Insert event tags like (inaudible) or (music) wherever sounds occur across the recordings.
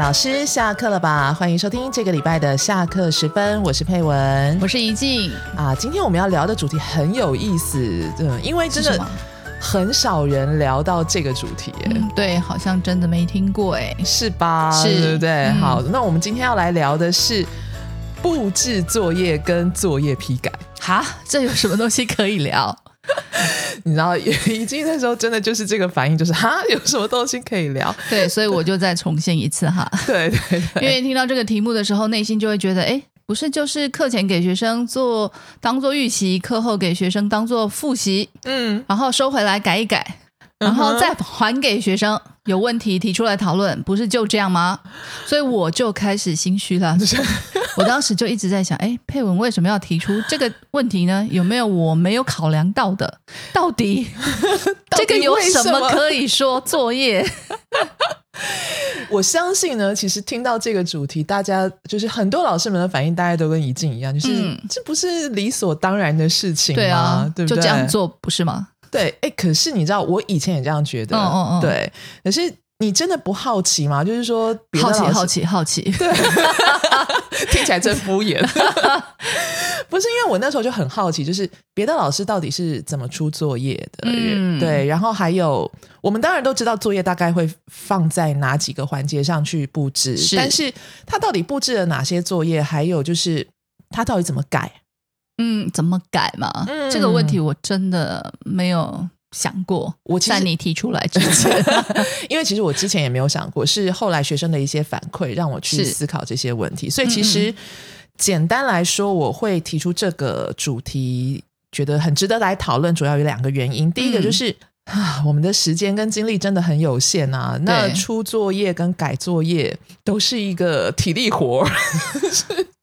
老师下课了吧？欢迎收听这个礼拜的下课时分，我是佩文我是怡静，啊。今天我们要聊的主题很有意思，嗯，因为真是的什么很少人聊到这个主题耶。嗯，对，好像真的没听过哎、是吧？是对不对？嗯好，那我们今天要来聊的是布置作业跟作业批改。哈，这有什么东西可以聊？你知道，已经那时候真的就是这个反应，就是哈，有什么东西可以聊？ (laughs) 对，所以我就再重现一次哈，对对对，因为听到这个题目的时候，内心就会觉得，哎，不是就是课前给学生做当做预习，课后给学生当做复习，嗯，然后收回来改一改，然嗯后哼再还给学生。有问题提出来讨论，不是就这样吗？所以我就开始心 (laughs) 虚了。我当时就一直在想，哎，佩文为什么要提出这个问题呢？有没有我没有考量到的？(laughs) 到底到底这个有为什什么么可以说 (laughs) 作业？我相信呢，其实听到这个主题，大家就是很多老师们的反应，大家都跟怡静一样，就是、嗯这不是理所当然的事情吗？对啊，对不就对？这样做不是吗？对，哎，可是你知道，我以前也这样觉得，嗯嗯嗯对。可是你真的不好奇吗？就是说，别的好奇，老师好奇，好奇。 (laughs) 听起来真敷衍。 (laughs) 不是因为我那时候就很好奇，就是别的老师到底是怎么出作业的？嗯对，然后还有我们当然都知道作业大概会放在哪几个环节上去布置，是但是他到底布置了哪些作业？还有就是他到底怎么改？嗯，怎么改嘛？嗯这个问题我真的没有想过。我其实在你提出来之 (laughs) 前，因为其实我之前也没有想过，是后来学生的一些反馈让我去是嗯思考这些问题，所以其实简单来说，我会提出这个主题，觉得很值得来讨论，主要有两个原因。第一嗯个就是、啊，我们的时间跟精力真的很有限啊，那对出作业跟改作业都是一个体力活 (laughs) 儿。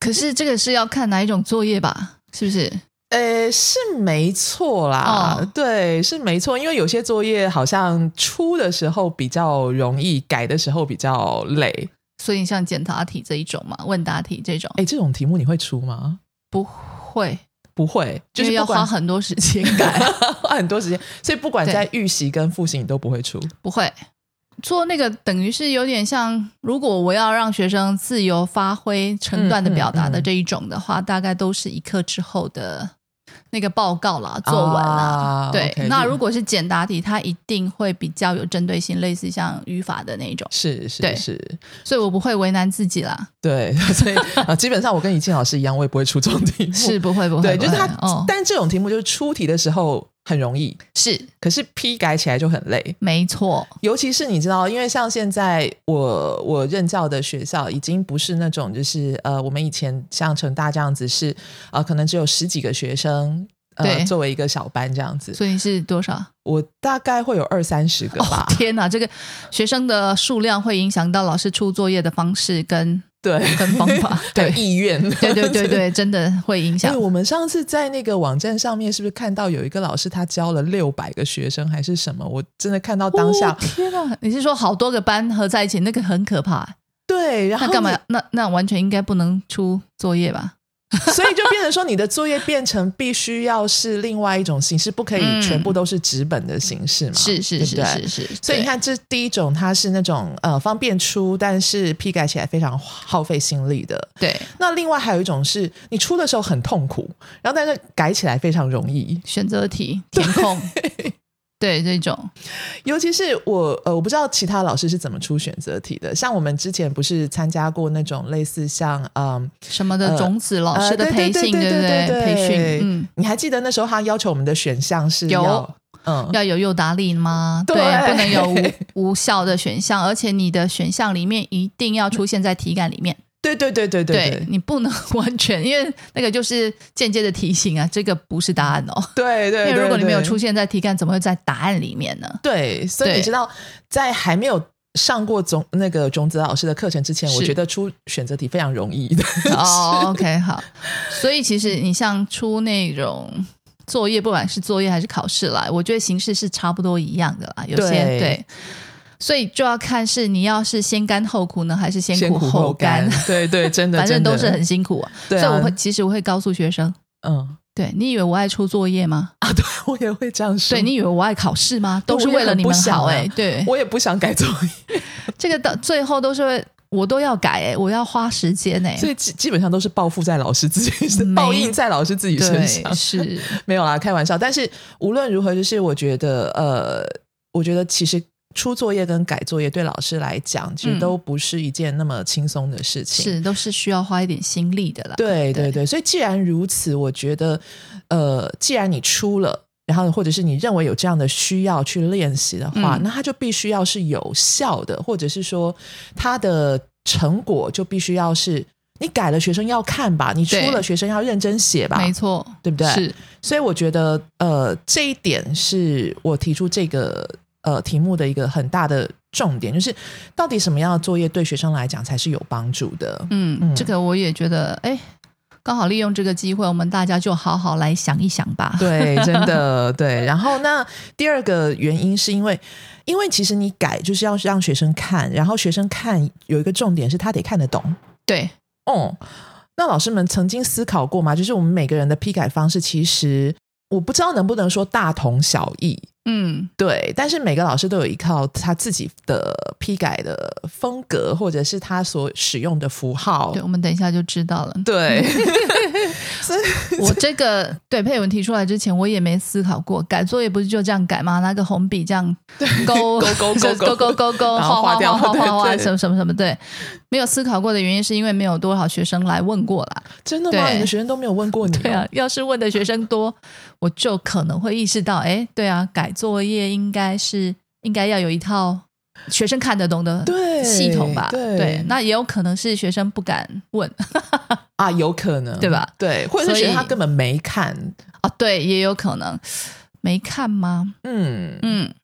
可是这个是要看哪一种作业吧？是不是？呃，是没错啦，哦对，是没错，因为有些作业好像出的时候比较容易，改的时候比较累。所以像简答题这一种嘛，问答题这种，哎，这种题目你会出吗？不会，不会，就因是为要不花管很多时间改， (laughs) 花很多时间，所以不管对在预习跟复习，你都不会出。不会。做那个等于是有点像，如果我要让学生自由发挥、成段的表嗯达嗯的嗯这一种的话，大概都是一课之后的那个报告啦、作文啦。啊对 OK，那就如果是简答题，它一定会比较有针对性，类似像语法的那一种，是是对是，所以我不会为难自己啦，对， (laughs) 所以啊，基本上我跟怡静老师一样，我也不会出这种题目。是，不会不会，对，就是不他会哦，，但这种题目就是出题的时候很容易，是可是批改起来就很累。没错，尤其是你知道，因为像现在我我任教的学校已经不是那种就是呃，我们以前像成大这样子是呃，可能只有十几个学生呃对作为一个小班这样子，所以是多少？哦我大概会有二三十个吧。天哪，这个学生的数量会影响到老师出作业的方式 (laughs) 跟对，。跟方法 (laughs) 对对意愿，对对对。对，真的会 (laughs) 影哎，响。我们上次在那个网站上面，是不是看到有一个老师他教了六百个学生还是什么？我真的看到当下，哦天啊！你是说好多个班合在一起，那个很可怕。对，然后那干嘛你？那那完全应该不能出作业吧？ (laughs) 所以就变成说，你的作业变成必须要是另外一种形式，不可以嗯全部都是纸本的形式嘛？是是啊对是不对是是。所以你看，这第一种它是那种呃方便出，但是批改起来非常耗费心力的。对，对那另外还有一种是你出的时候很痛苦，然后但是改起来非常容易。选择题填空，对这种尤其是我呃，我不知道其他老师是怎么出选择题的。像我们之前不是参加过那种类似像嗯什么的种子老呃哦师的培训，对不对对培训，嗯，，你还记得那时候他要求我们的选项是有要嗯要有诱答力吗？对不能有无无 (laughs) 效的选项，而且你的选项里面一定要出现在题干里面。对对对对 (laughs) 对对你不能完全，因为那个就是间接的提醒啊，这个不是答案哦。对对，因为如果对你没有对出现在题干，怎么会在答案里面呢？对，所以你对知道，在还没有上过总那个种子老师的课程之前，我是觉得出选择题非常容易的。 (laughs) 哦、o k 好。所以其实你像出那种作业，不管是作业还是考试啦，我觉得形式是差不多一样的啦。有些对对所以就要看是你要是先甘后苦呢，还是先先苦苦后甘，对对，真的，反正真的都是很辛苦啊。对啊所以我会其实我会告诉学生，嗯，对你以为我爱出作业吗？我也会这样说。对你以为我爱考试吗？都是为了你们好啊我哎、也很不对，我也不想改作业。这个到最后都是会我都要改哎、我要花时间哎、所以基基本上都是报复在老师自己身，没报应在老师自己身上对，。是，没有啦，开玩笑。但是无论如何，就是我觉得，呃，我觉得其实出作业跟改作业对老师来讲，其实嗯都不是一件那么轻松的事情。是，都是需要花一点心力的啦。对对对对，所以既然如此，我觉得，呃，既然你出了，然后或者是你认为有这样的需要去练习的话，嗯那它就必须要是有效的，或者是说它的成果就必须要是你改了，学生要看吧，你出对了，学生要认真写吧没。错，对不对是，所以我觉得，呃，这一点是我提出这个呃题目的一个很大的重点，就是到底什么样的作业对学生来讲才是有帮助的？嗯，嗯这个我也觉得，哎，刚好利用这个机会，我们大家就好好来想一想吧。对，真的对。然后那第二个原因是因为，因为其实你改就是要让学生看，然后学生看有一个重点是他得看得懂。对，哦、那老师们曾经思考过吗？就是我们每个人的批改方式，其实我不知道能不能说大同小异。嗯，对，但是每个老师都有一套他自己的批改的风格，或者是他所使用的符号对，。我们等一下就知道了。对， (laughs) 所以 (laughs) 我这个对配文提出来之前，我也没思考过，改作业不是就这样改吗？拿个红笔这样勾 (laughs) 勾勾就勾勾勾勾勾，然画后划画掉画画对画画对什么什么什么，对，没有思考过的原因是因为没有多少学生来问过啦。真的吗？对你的学生都没有问过你、哦？对啊，要是问的学生多，我就可能会意识到，哎，对啊，改作业应该是应该要有一套学生看得懂的对系统吧？对那也有可能是学生不敢问啊，有可能，对吧？对，或者所是以觉得他根本没看，啊，对，也有可能没看吗？嗯，嗯，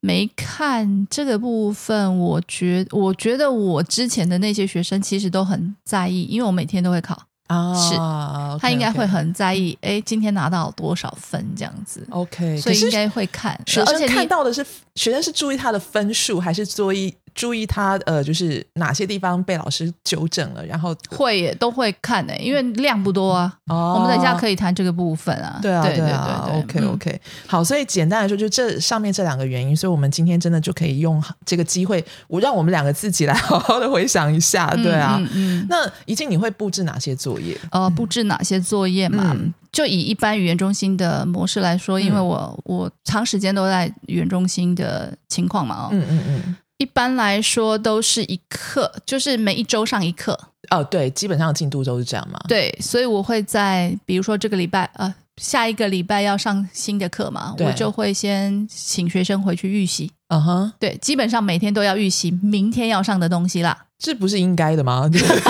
没看这个部分，我觉我觉得我之前的那些学生其实都很在意，因为我每天都会考，啊，是 OK，OK，他应该会很在意，哎，今天拿到多少分这样子。 OK，所以应可是该会看，学而生且看你到的是学生是注意他的分数，还是注意注意他呃，就是哪些地方被老师纠正了，然后会耶，都会看诶，因为量不多啊。哦我们等一下可以。以谈这个部分啊。对啊，对啊对，OK 嗯 OK，、好，所以简单来说，就这上面这两个原因，所以我们今天真的就可以用这个机会，我让我们两个自己来好好的回想一下，对啊，嗯嗯。嗯那一静你会布置哪些作业？呃，布置哪些作业嘛？嗯就以一般语言中心的模式来说，因为我我长时间都在语言中心的情况嘛，哦，嗯嗯嗯，一般来说都是一课，就是每一周上一课，哦，对，基本上进度都是这样嘛，对，所以我会在比如说这个礼拜呃。下一个礼拜要上新的课嘛，对我就会先请学生回去预习。嗯哼。对，基本上每天都要预习明天要上的东西啦。这不是应该的吗？ (laughs)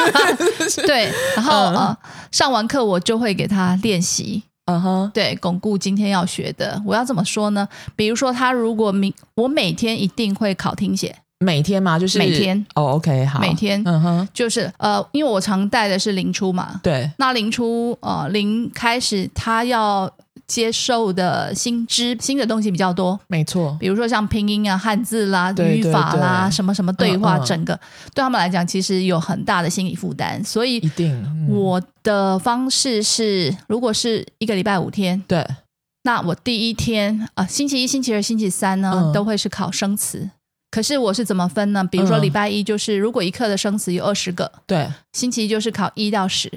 对，然后、嗯呃，上完课我就会给他练习，嗯哼，对，巩固今天要学的。我要怎么说呢？比如说，他如果明我每天一定会考听写，每天吗？就是每天哦，OK，好，每天嗯哼，就是呃，因为我常带的是零出嘛，对，那零出呃零开始他要接受的新知新的东西比较多。没错，比如说像拼音啊、汉字啦、对语法啦、对对什么什么对话，嗯嗯整个对他们来讲其实有很大的心理负担，所以一定，嗯我的方式是，如果是一个礼拜五天，对那我第一天啊、呃星期一、星期二、星期三呢，嗯都会是考生词。可是我是怎么分呢？比如说嗯礼拜一就是，如果一课的生词有二十个，对星期一就是考一到十，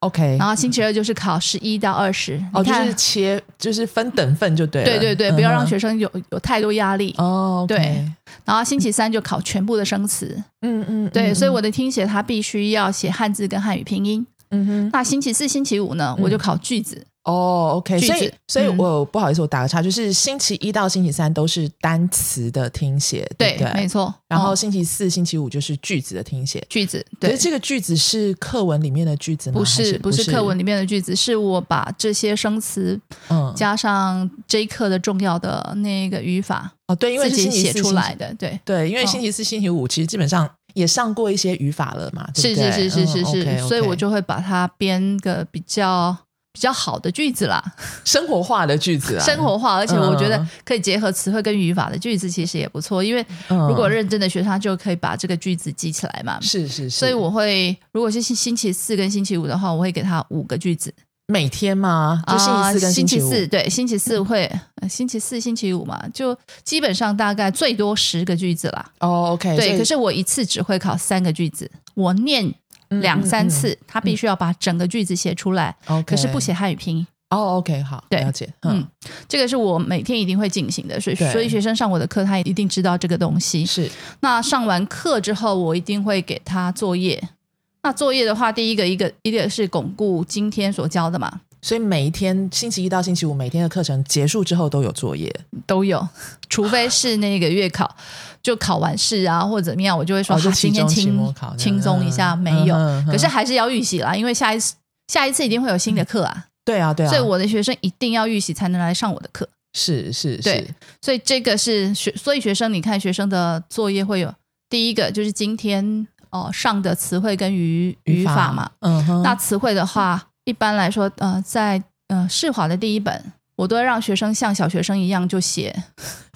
，OK，然后星期二就是考十一到二十。哦，你就看是切，就是分等份就对了，对对对，嗯哼不要让学生有有太多压力。哦，对 OK，然后星期三就考全部的生词，嗯嗯，对，嗯所以我的听写它必须要写汉字跟汉语拼音。嗯哼，那星期四、星期五呢，嗯我就考句子，哦，OK，句子所以所以嗯我不好意思，我打个岔，就是星期一到星期三都是单词的听写，对对不，没对，错。然后嗯星期四、星期五就是句子的听写。句子，可对是，这个句子是课文里面的句子吗？不还是是不是课文，里面的句子，是我把这些生词嗯，加上这一课的重要的那个语法，哦，对，因为自己星期写四出星期来哦的。对，对，因为星期四、星期五其实基本上也上过一些语法了嘛，对是不对是是是是嗯是， OK，OK 所以我就会把它编个比较比较好的句子啦，生活化的句子啊，生活化，而且我觉得嗯可以结合词汇跟语法的句子，其实也不错。因为嗯如果认真的学生，他就可以把这个句子记起来嘛。是是是，所以我会，如果是星星期四跟星期五的话，我会给他五个句子，每天吗？就星期四跟啊星期五。四，对，星期四会，呃星期四、星期五嘛，就基本上大概最多十个句子啦。哦，OK，所对，以可是我一次只会考三个句子，我念嗯两三次，他必须要把整个句子写出来， ，OK，可是不写汉语拼音。哦，OK，好，对了解，嗯嗯，，这个是我每天一定会进行的，所以对所以学生上我的课，他一定知道这个东西。是那上完课之后，我一定会给他作业。那作业的话，第一个一个一个是巩固今天所教的嘛，所以每一天星期一到星期五每天的课程结束之后都有作业，都有，除非是那个月考， (laughs) 就考完试啊或者怎么样，我就会说、哦就啊期今天中期轻末考这样轻松一下，嗯没有。嗯嗯嗯可是还是要预习啦，因为下一次下一次一定会有新的课啊，对啊，对啊，所以我的学生一定要预习才能来上我的课。是是对是，所以这个是学，所以学生你看学生的作业会有第一个就是今天哦、上的词汇跟语语法嘛，，嗯哼，那词汇的话，一般来说，呃，在呃世华的第一本，我都会让学生像小学生一样就写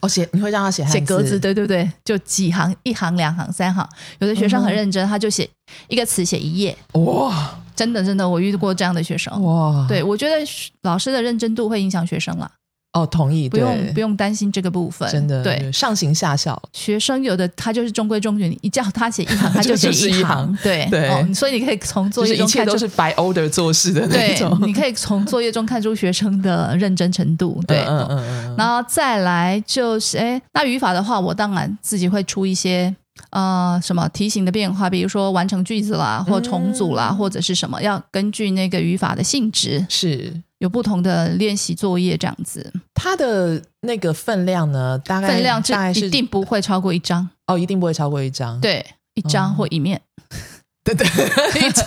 哦写你会让他写汉写格子，字对对对，就几行，一行、两行、三行。有的学嗯生很认真，他就写一个词写一页，哇真的真的，我遇过这样的学生。哇，对，我觉得老师的认真度会影响学生啦，哦同意，不用不用，用担心这个部分。真的对上行下效，学生有的他就是中规中矩，你一叫他写一 (laughs) 行，他就只写是一行行。对对哦，所以你可以从作就是业一中切看都出是白 order 做事的那对种，， (laughs) 你可以从作业中看出学生的认真程度。对，嗯嗯嗯嗯，然后再来就是，哎，那语法的话，我当然自己会出一些呃什么题型的变化，比如说完成句子嗯啦，或重组啦，或者是什么，要根据那个语法的性质是。有不同的练习作业这样子，它的那个分量呢，大概分量大概这是一定不会超过一张，哦，一定不会超过一张。对，一哦张或一面，对对， (laughs) 一张，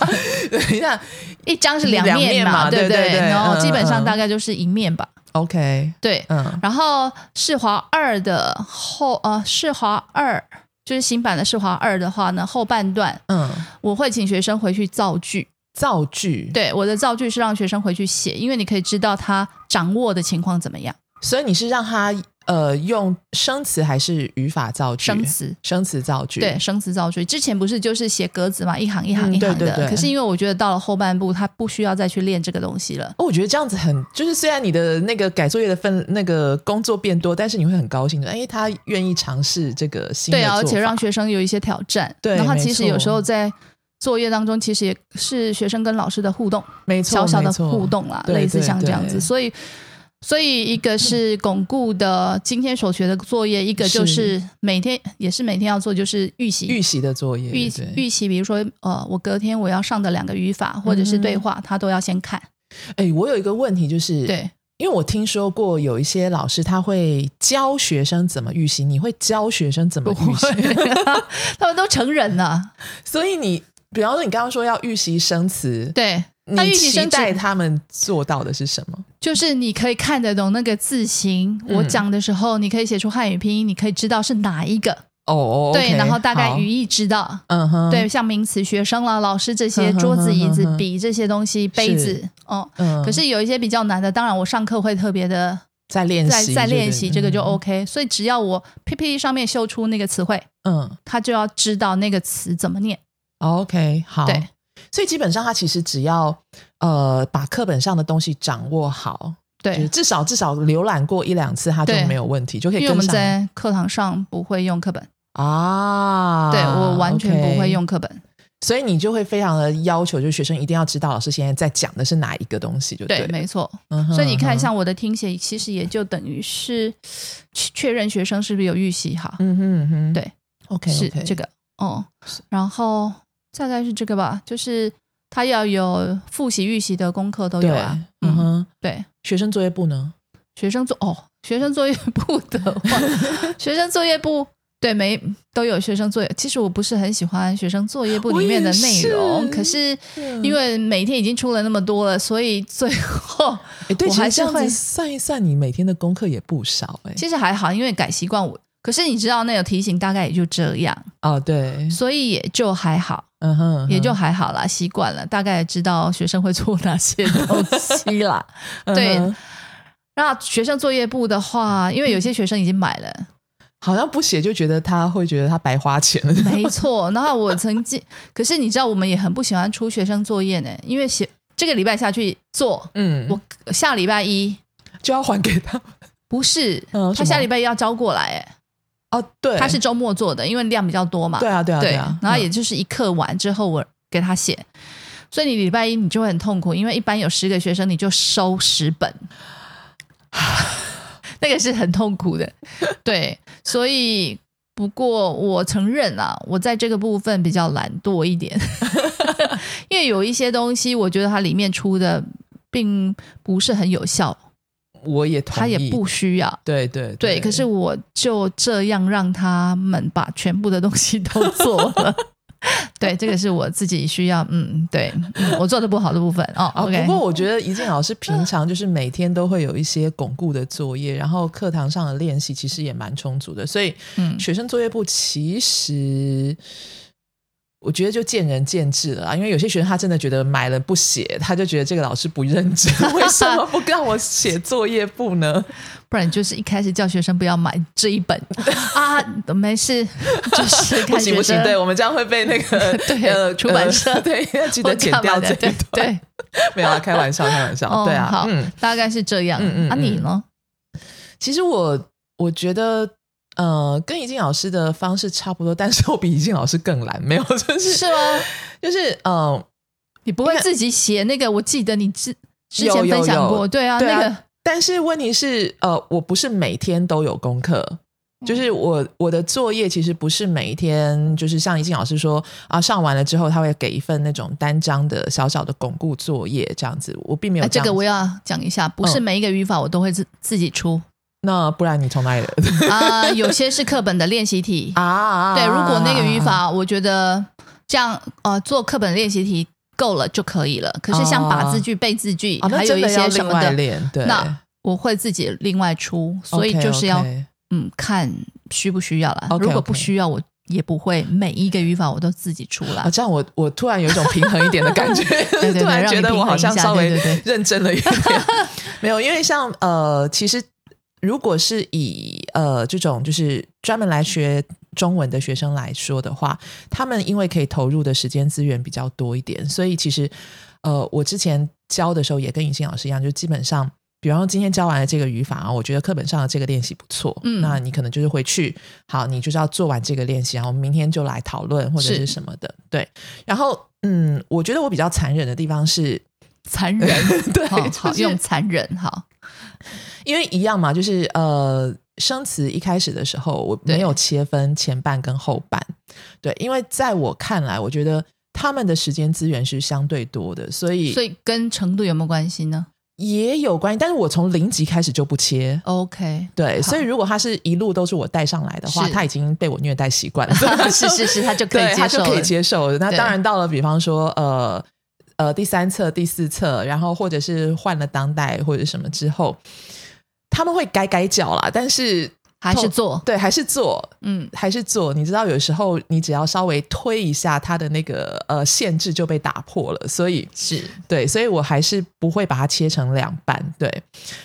等一下一张是两面两面嘛对不对对对然后基本嗯嗯嗯上大概就是一面吧， ，OK，对，嗯，然后世华二的后呃世华二就是新版的世华二的话呢，后半段嗯，我会请学生回去造句。造句，，对，我的造句是让学生回去写，因为你可以知道他掌握的情况怎么样，所以你是让他呃用生词还是语法造句？生词。生词造句，对，生词造句之前不是就是写格子嘛，一行一嗯行一行的。对对对可是因为我觉得到了后半部，他不需要再去练这个东西了。哦，我觉得这样子很，就是虽然你的那个改作业的分那个工作变多，但是你会很高兴的，哎，他愿意尝试这个新的对啊，而做且法让学生有一些挑战。对然后没其实有时候错在作业当中，其实也是学生跟老师的互动。没错小小的没错互动啦，对类似对像这样对子。所以，所以一个是巩固的今天所学的作业，一个就是每天也是每天要做，就是预习。预习的作业，预对嗯预习，比如说，呃，我隔天我要上的两个语法或者是对话，他都要先看。哎，我有一个问题就是，，对，因为我听说过有一些老师他会教学生怎么预习，你会教学生怎么预 (laughs) 习，他们都成人啊了。 (laughs) 所以你比方说你刚刚说要预习生词，对，他你预习期生只待他们做到的是什么？就是你可以看得懂那个字形。我嗯讲的时候，你可以写出汉语拼音，你可以知道是哪一个。哦哦，对， OK，然后大概好语义知道。嗯哼，对，，像名词、学生啦、老师这些哼哼桌子、椅哼子哼、笔这些东西、杯子，哦。嗯，可是有一些比较难的，当然我上课会特别的在练在习，在练习，这个就嗯 OK。所以只要我 PPT 上面秀出那个词汇，嗯他就要知道那个词怎么念。 ，OK，好，对，所以基本上他其实只要呃把课本上的东西掌握好，就是对，至少至少浏览过一两次，他就对没有问题，就可以因跟为上我们在课堂上不会用课本，啊，对我完全不会 OK 用课本。所以你就会非常的要求，就是学生一定要知道老师现在在讲的是哪一个东西就对，了没错。嗯哼所以你看，嗯哼像我的听写，其实也就等于是确确认学生是不是有预习哈。嗯哼嗯哼，对，OK，是这个哦、然后大概是这个吧，就是他要有复习、预习的功课都对有啊。，嗯嗯，哼，对，学生作业簿呢？学生作哦，学生作业部的 (laughs) 话，学生作业部对没都有学生作业。其实我不是很喜欢学生作业部我里面的也内容，是可是嗯因为每天已经出了那么多了，所以最后哎，对，我其实还是这样子会算一算，你每天的功课也不少哎。其实还好，因为改习惯我。可是你知道那有提醒，大概也就这样，哦，对，所以也就还好。嗯哼，嗯哼也就还好啦，习惯了，大概知道学生会做哪些东西啦。(laughs) 对嗯哼那学生作业簿的话，因为有些学生已经买了，好像不写就觉得他会觉得他白花钱 (laughs) 了。没错。然后我曾经，可是你知道，我们也很不喜欢出学生作业呢，因为写这个礼拜下去做，嗯，我我下礼拜一就要还给他。不是，嗯 (laughs) 什他下么礼拜一要交过来，哎，哦，对，他是周末做的，因为量比较多嘛。对啊，对啊，对啊。然后也嗯就是一课完之后，我给他写。所以你礼拜一你就会很痛苦，因为一般有十个学生，你就收十 (sighs) 本，那个是很痛苦 (laughs) 的。对，所以不过我承认啊，我在这个部分比较懒惰 (laughs) 一点，因为有一些东西，我觉得它里面出的并不是很有效，嗯我也同意，它也不需要。对对对，可是我就这样让他们把全部的东西都做了。 (laughs) 对，这个是我自己需要，嗯，对，嗯我做的不好的部分哦。哦， OK，不过我觉得怡静老师平常就是每天都会有一些巩固的作业，然后课堂上的练习其实也蛮充足的，所以嗯学生作业簿其实。我觉得就见仁见智了啦，因为有些学生他真的觉得买了不写，他就觉得这个老师不认真， (laughs) 为什么不让我写作业簿 (laughs) 呢？不然就是一开始叫学生不要买这 (laughs) 一本啊，没事，就是不看行不学行，生对我们这样会被那 (laughs) 个对呃出版社呃 (laughs) 对要记得或剪干嘛掉这的一对段，对， (laughs) 没有啊，开玩笑开玩笑，哦对啊好，嗯，大概是这样。嗯嗯啊，嗯你呢？其实我我觉得，呃，跟怡静老师的方式差不多，但是我比怡静老师更懒，没有，就是是吗？就是，呃，你不会自己写那个？我记得你之之前有有分享有过，对啊，对那啊个但是问题是，呃，我不是每天都有功课。嗯就是我我的作业其实不是每一天，就是像怡静老师说啊，上完了之后他会给一份那种单张的小小的巩固作业这样子，我并没有啊这这样子。个我要讲一下，不是嗯每一个语法我都会自自己出。那不然你从哪里来的啊、有些是课本的练习题。啊 (laughs) 啊？对，如果那个语啊，法，我觉得这样呃做课本练习题够了就可以了。可是像把字句、背字句，啊啊还那有真一的要些什另么外的，练，对，那我会自己另外出，所以就是要 OK，OK 嗯看需不需要啦。 OK，OK 如果不需要，我也不会每一个语法我都自己出啊，啦。这样我我突然有一种平衡一点的感觉， (laughs) 对 (laughs) 对突然觉得我好像稍微让你平衡一下对认真了一点。没有，因为像呃，其实如果是以呃这种就是专门来学中文的学生来说的话，他们因为可以投入的时间资源比较多一点，所以其实呃，我之前教的时候也跟尹欣老师一样，就基本上。比方说，今天教完了这个语法啊，我觉得课本上的这个练习不错，嗯那你可能就是回去，好，你就是要做完这个练习，然后我们明天就来讨论或者是是什么的，对。然后，嗯，我觉得我比较残忍的地方是，残忍， (laughs) 对，好就好是用残忍，好因为一样嘛，就是呃，生词一开始的时候，我对没有切分前半跟后半，对，因为在我看来，我觉得他们的时间资源是相对多的，所以所以跟程度有没有关系呢也有关系。但是我从零级开始就不切。 ？OK，对，好所以如果他是一路都是我带上来的话，是他已经被我虐待习惯了， (laughs) 所以他就是是是，他就可对，以他接就受可以了。接受了。那对当然到了，比方说呃呃第三册、第四册，然后或者是换了当代或者什么之后，他们会改改脚啦，但是还是痛做，对还是做。嗯，还是做，你知道，有时候你只要稍微推一下它的那个呃限制就被打破了，所以是对，所以我还是不会把它切成两半。对，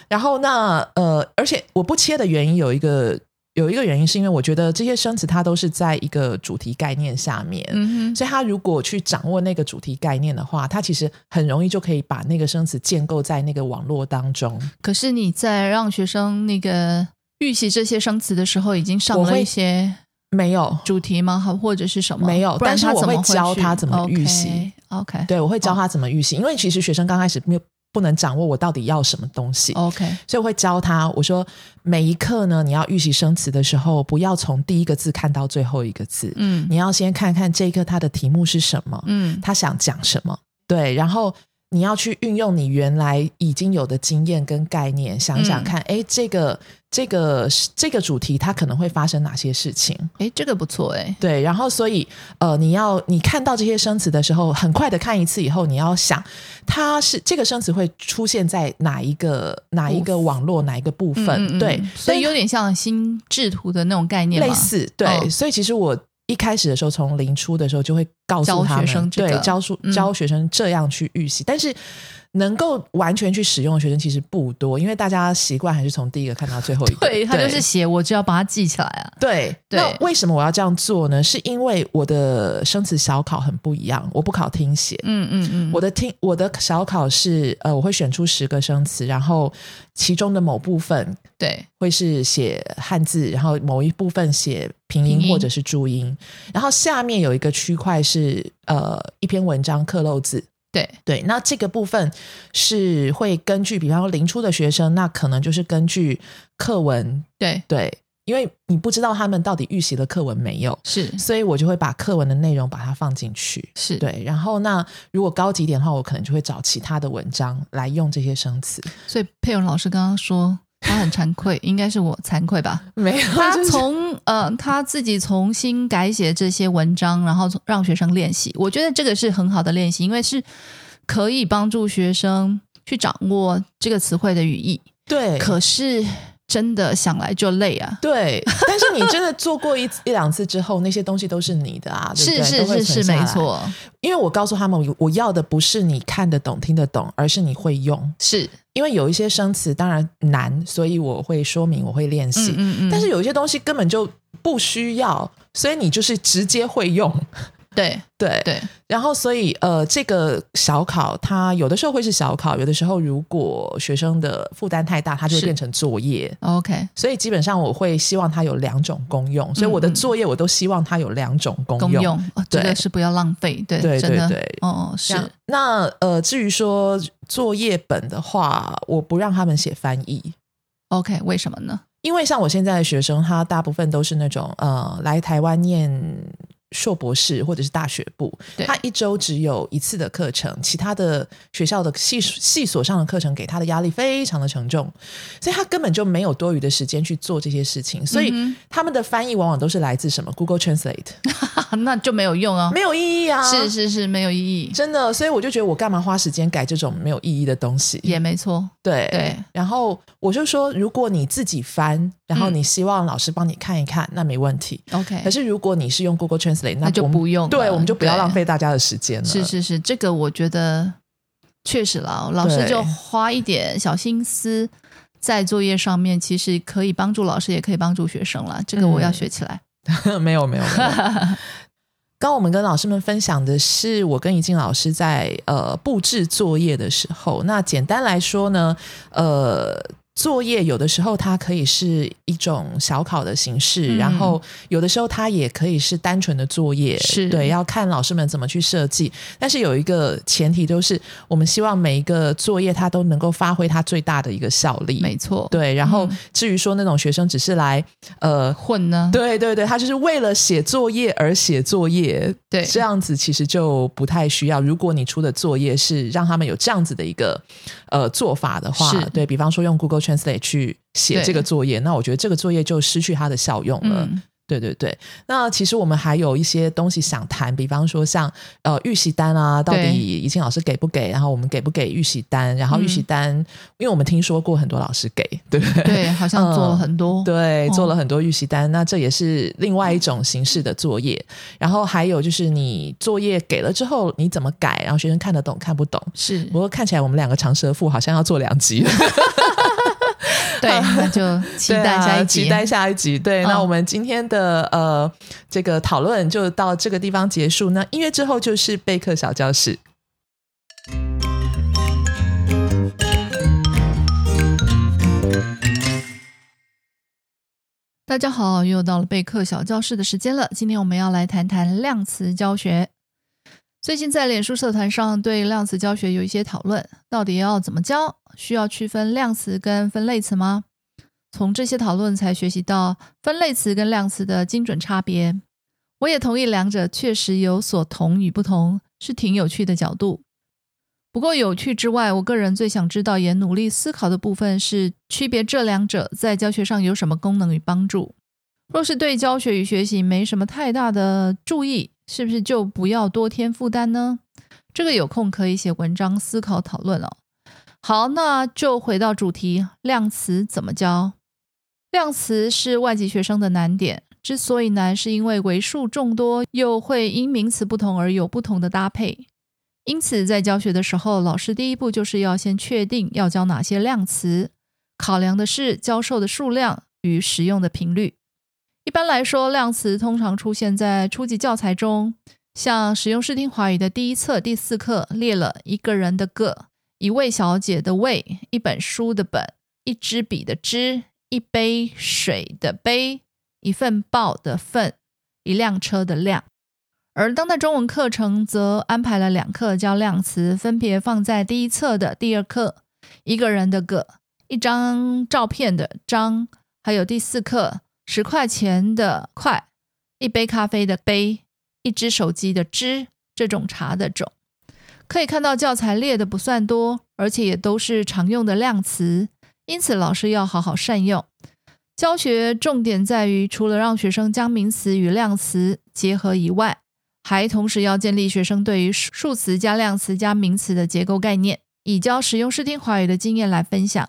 然后那呃，而且我不切的原因有一个有一个原因，是因为我觉得这些生词它都是在一个主题概念下面，嗯哼，所以他如果去掌握那个主题概念的话，他其实很容易就可以把那个生词建构在那个网络当中。可是你在让学生那个预习这些生词的时候，已经上我了会一些没有，主题吗？好，或者是什么？没有不然但是他我怎么会教去他怎么预习。 OK，, 对我会教他怎么预习，因为其实学生刚开始没有不能掌握我到底要什么东西。 o k 所以我会教他，我说每一课呢，你要预习生词的时候，不要从第一个字看到最后一个字，嗯你要先看看这一课它的题目是什么，嗯他想讲什么，对，然后你要去运用你原来已经有的经验跟概念，想嗯想看，哎、这个这个这个主题它可能会发生哪些事情？诶，这个不错诶，对，然后所以呃，你要你看到这些生词的时候，很快的看一次以后，你要想它是这个生词会出现在哪一个哪一个网络哪一个部分？嗯嗯嗯对，所以但有点像心智图的那种概念嘛，类似对，哦所以其实我一开始的时候，从零初的时候就会告诉他们，教学生这个对，教书嗯教学生这样去预习，但是能够完全去使用的学生其实不多，因为大家习惯还是从第一个看到最后一个，对他就是写，我就要把它记起来啊。对。对那为什么我要这样做呢？是因为我的生词小考很不一样，我不考听写，嗯嗯嗯，我的听我的小考是呃，我会选出十个生词，然后其中的某部分对会是写汉字，然后某一部分写拼音拼音或者是注音，然后下面有一个区块是呃一篇文章刻漏字。对，对，那这个部分是会根据，比方说零初的学生，那可能就是根据课文，对，对，因为你不知道他们到底预习了课文没有，是所以我就会把课文的内容把它放进去。是，对，然后那如果高级一点的话，我可能就会找其他的文章来用这些生 (laughs) 词。所以佩蓉老师刚刚说他很惭愧，应该是我惭愧吧？没有，他就是从呃他自己重新改写这些文章，然后从让学生练习，我觉得这个是很好的练习，因为是可以帮助学生去掌握这个词汇的语义。对，可是真的想来就累啊。对，但是你真的做过一一两次之后，那些东西都是你的啊，对不对是是都会是存是，下没来。错，因为我告诉他们，我要的不是你看得懂、听得懂，而是你会用。是，因为有一些生词当然难，所以我会说明，我会练习。嗯嗯嗯，但是有一些东西根本就不需要，所以你就是直接会用。对对，对然后所以呃，这个小考它有的时候会是小考，有的时候如果学生的负担太大，它就会是变成作业。 ，OK，所以基本上我会希望它有两种功用，所以我的作业我都希望它有两种嗯功公用。用，哦这对个是不要浪费，对，对真的，对对哦哦是这样那呃，至于说作业本的话，我不让他们写翻译， ，OK，为什么呢？ (laughs) 因为像我现在的学生，他大部分都是那种呃来台湾念硕博士或者是大学部，对他一周只有一次的课程，其他的学校的系系所上的课程给他的压力非常的沉重，所以他根本就没有多余的时间去做这些事情，所以嗯他们的翻译往往都是来自什么 Google Translate，哼那就没有用哦，没有意义啊，是是是，没有意义，真的，所以我就觉得我干嘛花时间改这种没有意义的东西？也没错，对对然后我就说，如果你自己翻，然嗯后你希望老师帮你看一看，那没问题。 ，OK，可是如果你是用 Google Translate，那那就我们不用了对，我们就不要对浪费大家的时间了。是，是是，这个我觉得确实啦，老师对就花一点小心思在作业上面，其实可以帮助老师，也可以帮助学生啦。这个我要嗯学起来。 (laughs) 没有 (laughs) 没有。没有刚我们跟老师们分享的是我跟怡静老师在呃布置作业的时候，那简单来说呢，呃。作业有的时候它可以是一种小考的形式，嗯然后有的时候它也可以是单纯的作业，是对，要看老师们怎么去设计。但是有一个前提，就是我们希望每一个作业它都能够发挥它最大的一个效力。没错，对，然后嗯至于说那种学生只是来呃混呢？对对对，他就是为了写作业而写作业，对这样子其实就不太需要。如果你出的作业是让他们有这样子的一个呃做法的话是，对比方说用 Google Translate 去写对这个作业，那我觉得这个作业就失去它的效用了。嗯，对对对，那其实我们还有一些东西想谈，比方说像呃预习单啊，到底对怡静老师给不给？然后我们给不给预习单？然后嗯预习单，因为我们听说过很多老师给，对不对？对，好像做了很嗯多。对，哦做了很多预习单，那这也是另外一种形式的作业。然后还有就是你作业给了之后，你怎么改，然后学生看得懂看不懂。是不过看起来我们两个长舌妇好像要做两 (laughs) 集，对，那就 (laughs) 期对待啊下一集。期待下一集。对，嗯那我们今天的呃这个讨论就到这个地方结束。那音乐之后就是备课小教室。大家好，又到了备课小教室的时间了。今天我们要来谈谈量词教学。最近在脸书社团上对量词教学有一些讨论，到底要怎么教？需要区分量词跟分类词吗？从这些讨论才学习到分类词跟量词的精准差别。我也同意两者确实有所同与不同，是挺有趣的角度。不过有趣之外，我个人最想知道也努力思考的部分是区别这两者在教学上有什么功能与帮助。若是对教学与学习没什么太大的注意，是不是就不要多添负担呢？这个有空可以写文章思考讨论哦。好，那就回到主题，量词怎么教？量词是外籍学生的难点，之所以难，是因为为数众多，又会因名词不同而有不同的搭配。因此，在教学的时候，老师第一步就是要先确定要教哪些量词，考量的是教授的数量与使用的频率。一般来说，量词通常出现在初级教材中，像使用视听华语的第一册第四课列了一个人的个、一位小姐的位、一本书的本、一支笔的支、一杯水的杯、一份报的份、一辆车的辆。而当代中文课程则安排了两课教量词，分别放在第一册的第二课“一个人的个”、一张照片的张，还有第四课十块钱的块、一杯咖啡的杯、一只手机的只这种茶的种。可以看到教材列的不算多，而且也都是常用的量词，因此老师要好好善用。教学重点在于，除了让学生将名词与量词结合以外，还同时要建立学生对于数词加量词加名词的结构概念，以教使用视听华语的经验来分享。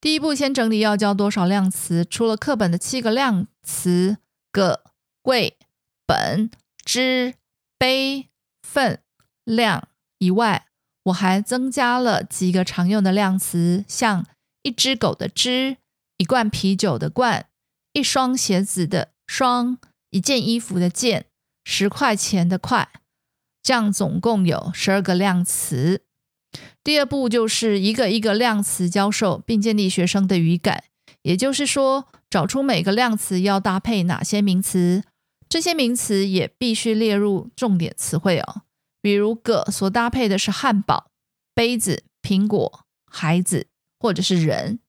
第一步，先整理要教多少量词，除了课本的七个量词“个”、“贵”、“本”、“支”、“杯”、“份”、“量”以外，我还增加了几个常用的量词，像一只狗的“只”、一罐啤酒的“罐”、一双鞋子的“双”、一件衣服的“件”。十块钱的块，这样总共有十二个量词。第二步就是一个一个量词教授，并建立学生的语感，也就是说，找出每个量词要搭配哪些名词，这些名词也必须列入重点词汇哦。比如“个”所搭配的是汉堡、杯子、苹果、孩子或者是人。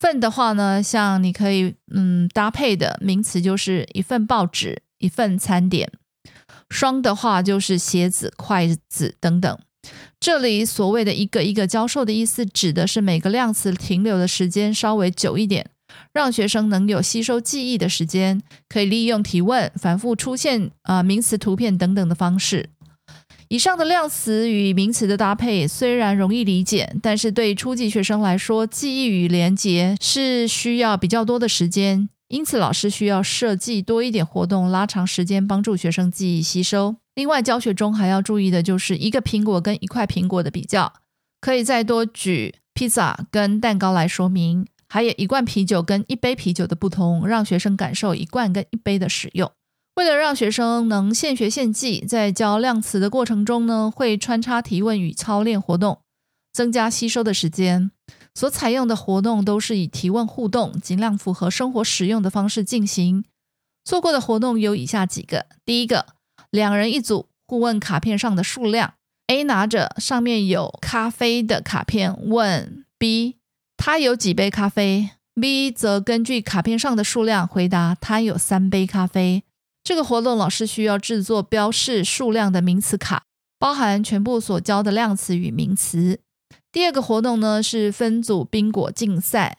份的话呢，像你可以嗯搭配的名词就是一份报纸、一份餐点。双的话就是鞋子、筷子等等。这里所谓的一个一个教授的意思，指的是每个量词停留的时间稍微久一点，让学生能有吸收记忆的时间，可以利用提问、反复出现啊、呃、名词、图片等等的方式。以上的量词与名词的搭配虽然容易理解，但是对初级学生来说，记忆与连结是需要比较多的时间。因此，老师需要设计多一点活动，拉长时间，帮助学生记忆吸收。另外，教学中还要注意的就是一个苹果跟一块苹果的比较，可以再多举披萨跟蛋糕来说明，还有一罐啤酒跟一杯啤酒的不同，让学生感受一罐跟一杯的使用。为了让学生能现学现记，在教量词的过程中呢，会穿插提问与操练活动，增加吸收的时间。所采用的活动都是以提问互动，尽量符合生活实用的方式进行。做过的活动有以下几个：第一个，两人一组互问卡片上的数量。A 拿着上面有咖啡的卡片问 B，他有几杯咖啡？B 则根据卡片上的数量回答他有三杯咖啡。这个活动老师需要制作标示数量的名词卡，包含全部所教的量词与名词。第二个活动呢是分组冰果竞赛，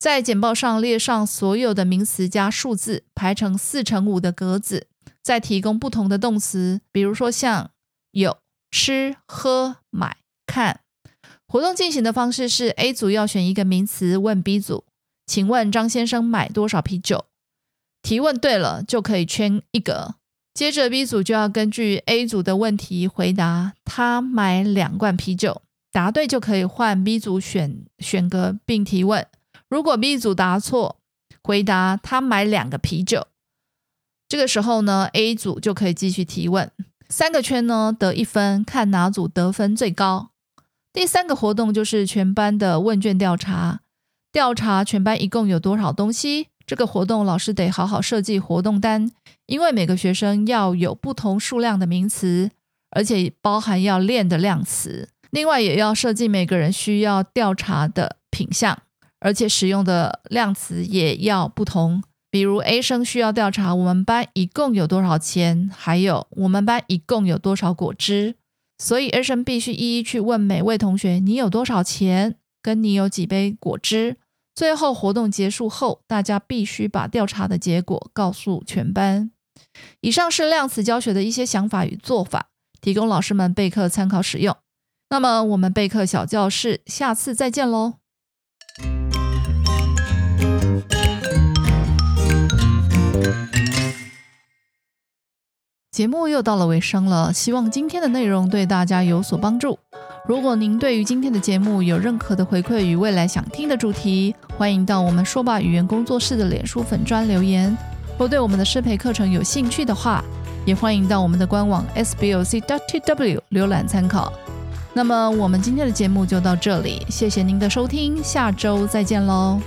在简报上列上所有的名词加数字，排成四乘五的格子，再提供不同的动词，比如说像有、吃、喝、买、看。活动进行的方式是 A 组要选一个名词问 B 组，请问张先生买多少啤酒？提问对了就可以圈一格。接着 B 组就要根据 A 组的问题回答，他买两罐啤酒。答对就可以换 B 组选选格并提问。如果 B 组答错，回答他买两个啤酒。这个时候呢，A 组就可以继续提问。三个圈呢得一分，看哪组得分最高。第三个活动就是全班的问卷调查，调查全班一共有多少东西。这个活动老师得好好设计活动单，因为每个学生要有不同数量的名词，而且包含要练的量词。另外，也要设计每个人需要调查的品项，而且使用的量词也要不同。比如 A 生需要调查我们班一共有多少钱，还有我们班一共有多少果汁，所以 A 生必须一一去问每位同学：你有多少钱？跟你有几杯果汁？最后活动结束后，大家必须把调查的结果告诉全班。以上是量词教学的一些想法与做法，提供老师们备课参考使用。那么我们备课小教室，下次再见喽。节目又到了尾声了，希望今天的内容对大家有所帮助。如果您对于今天的节目有任何的回馈与未来想听的主题，欢迎到我们说吧语言工作室的脸书粉专留言。若对我们的师培课程有兴趣的话，也欢迎到我们的官网 sboc.tw 浏览参考。那么我们今天的节目就到这里，谢谢您的收听，下周再见喽。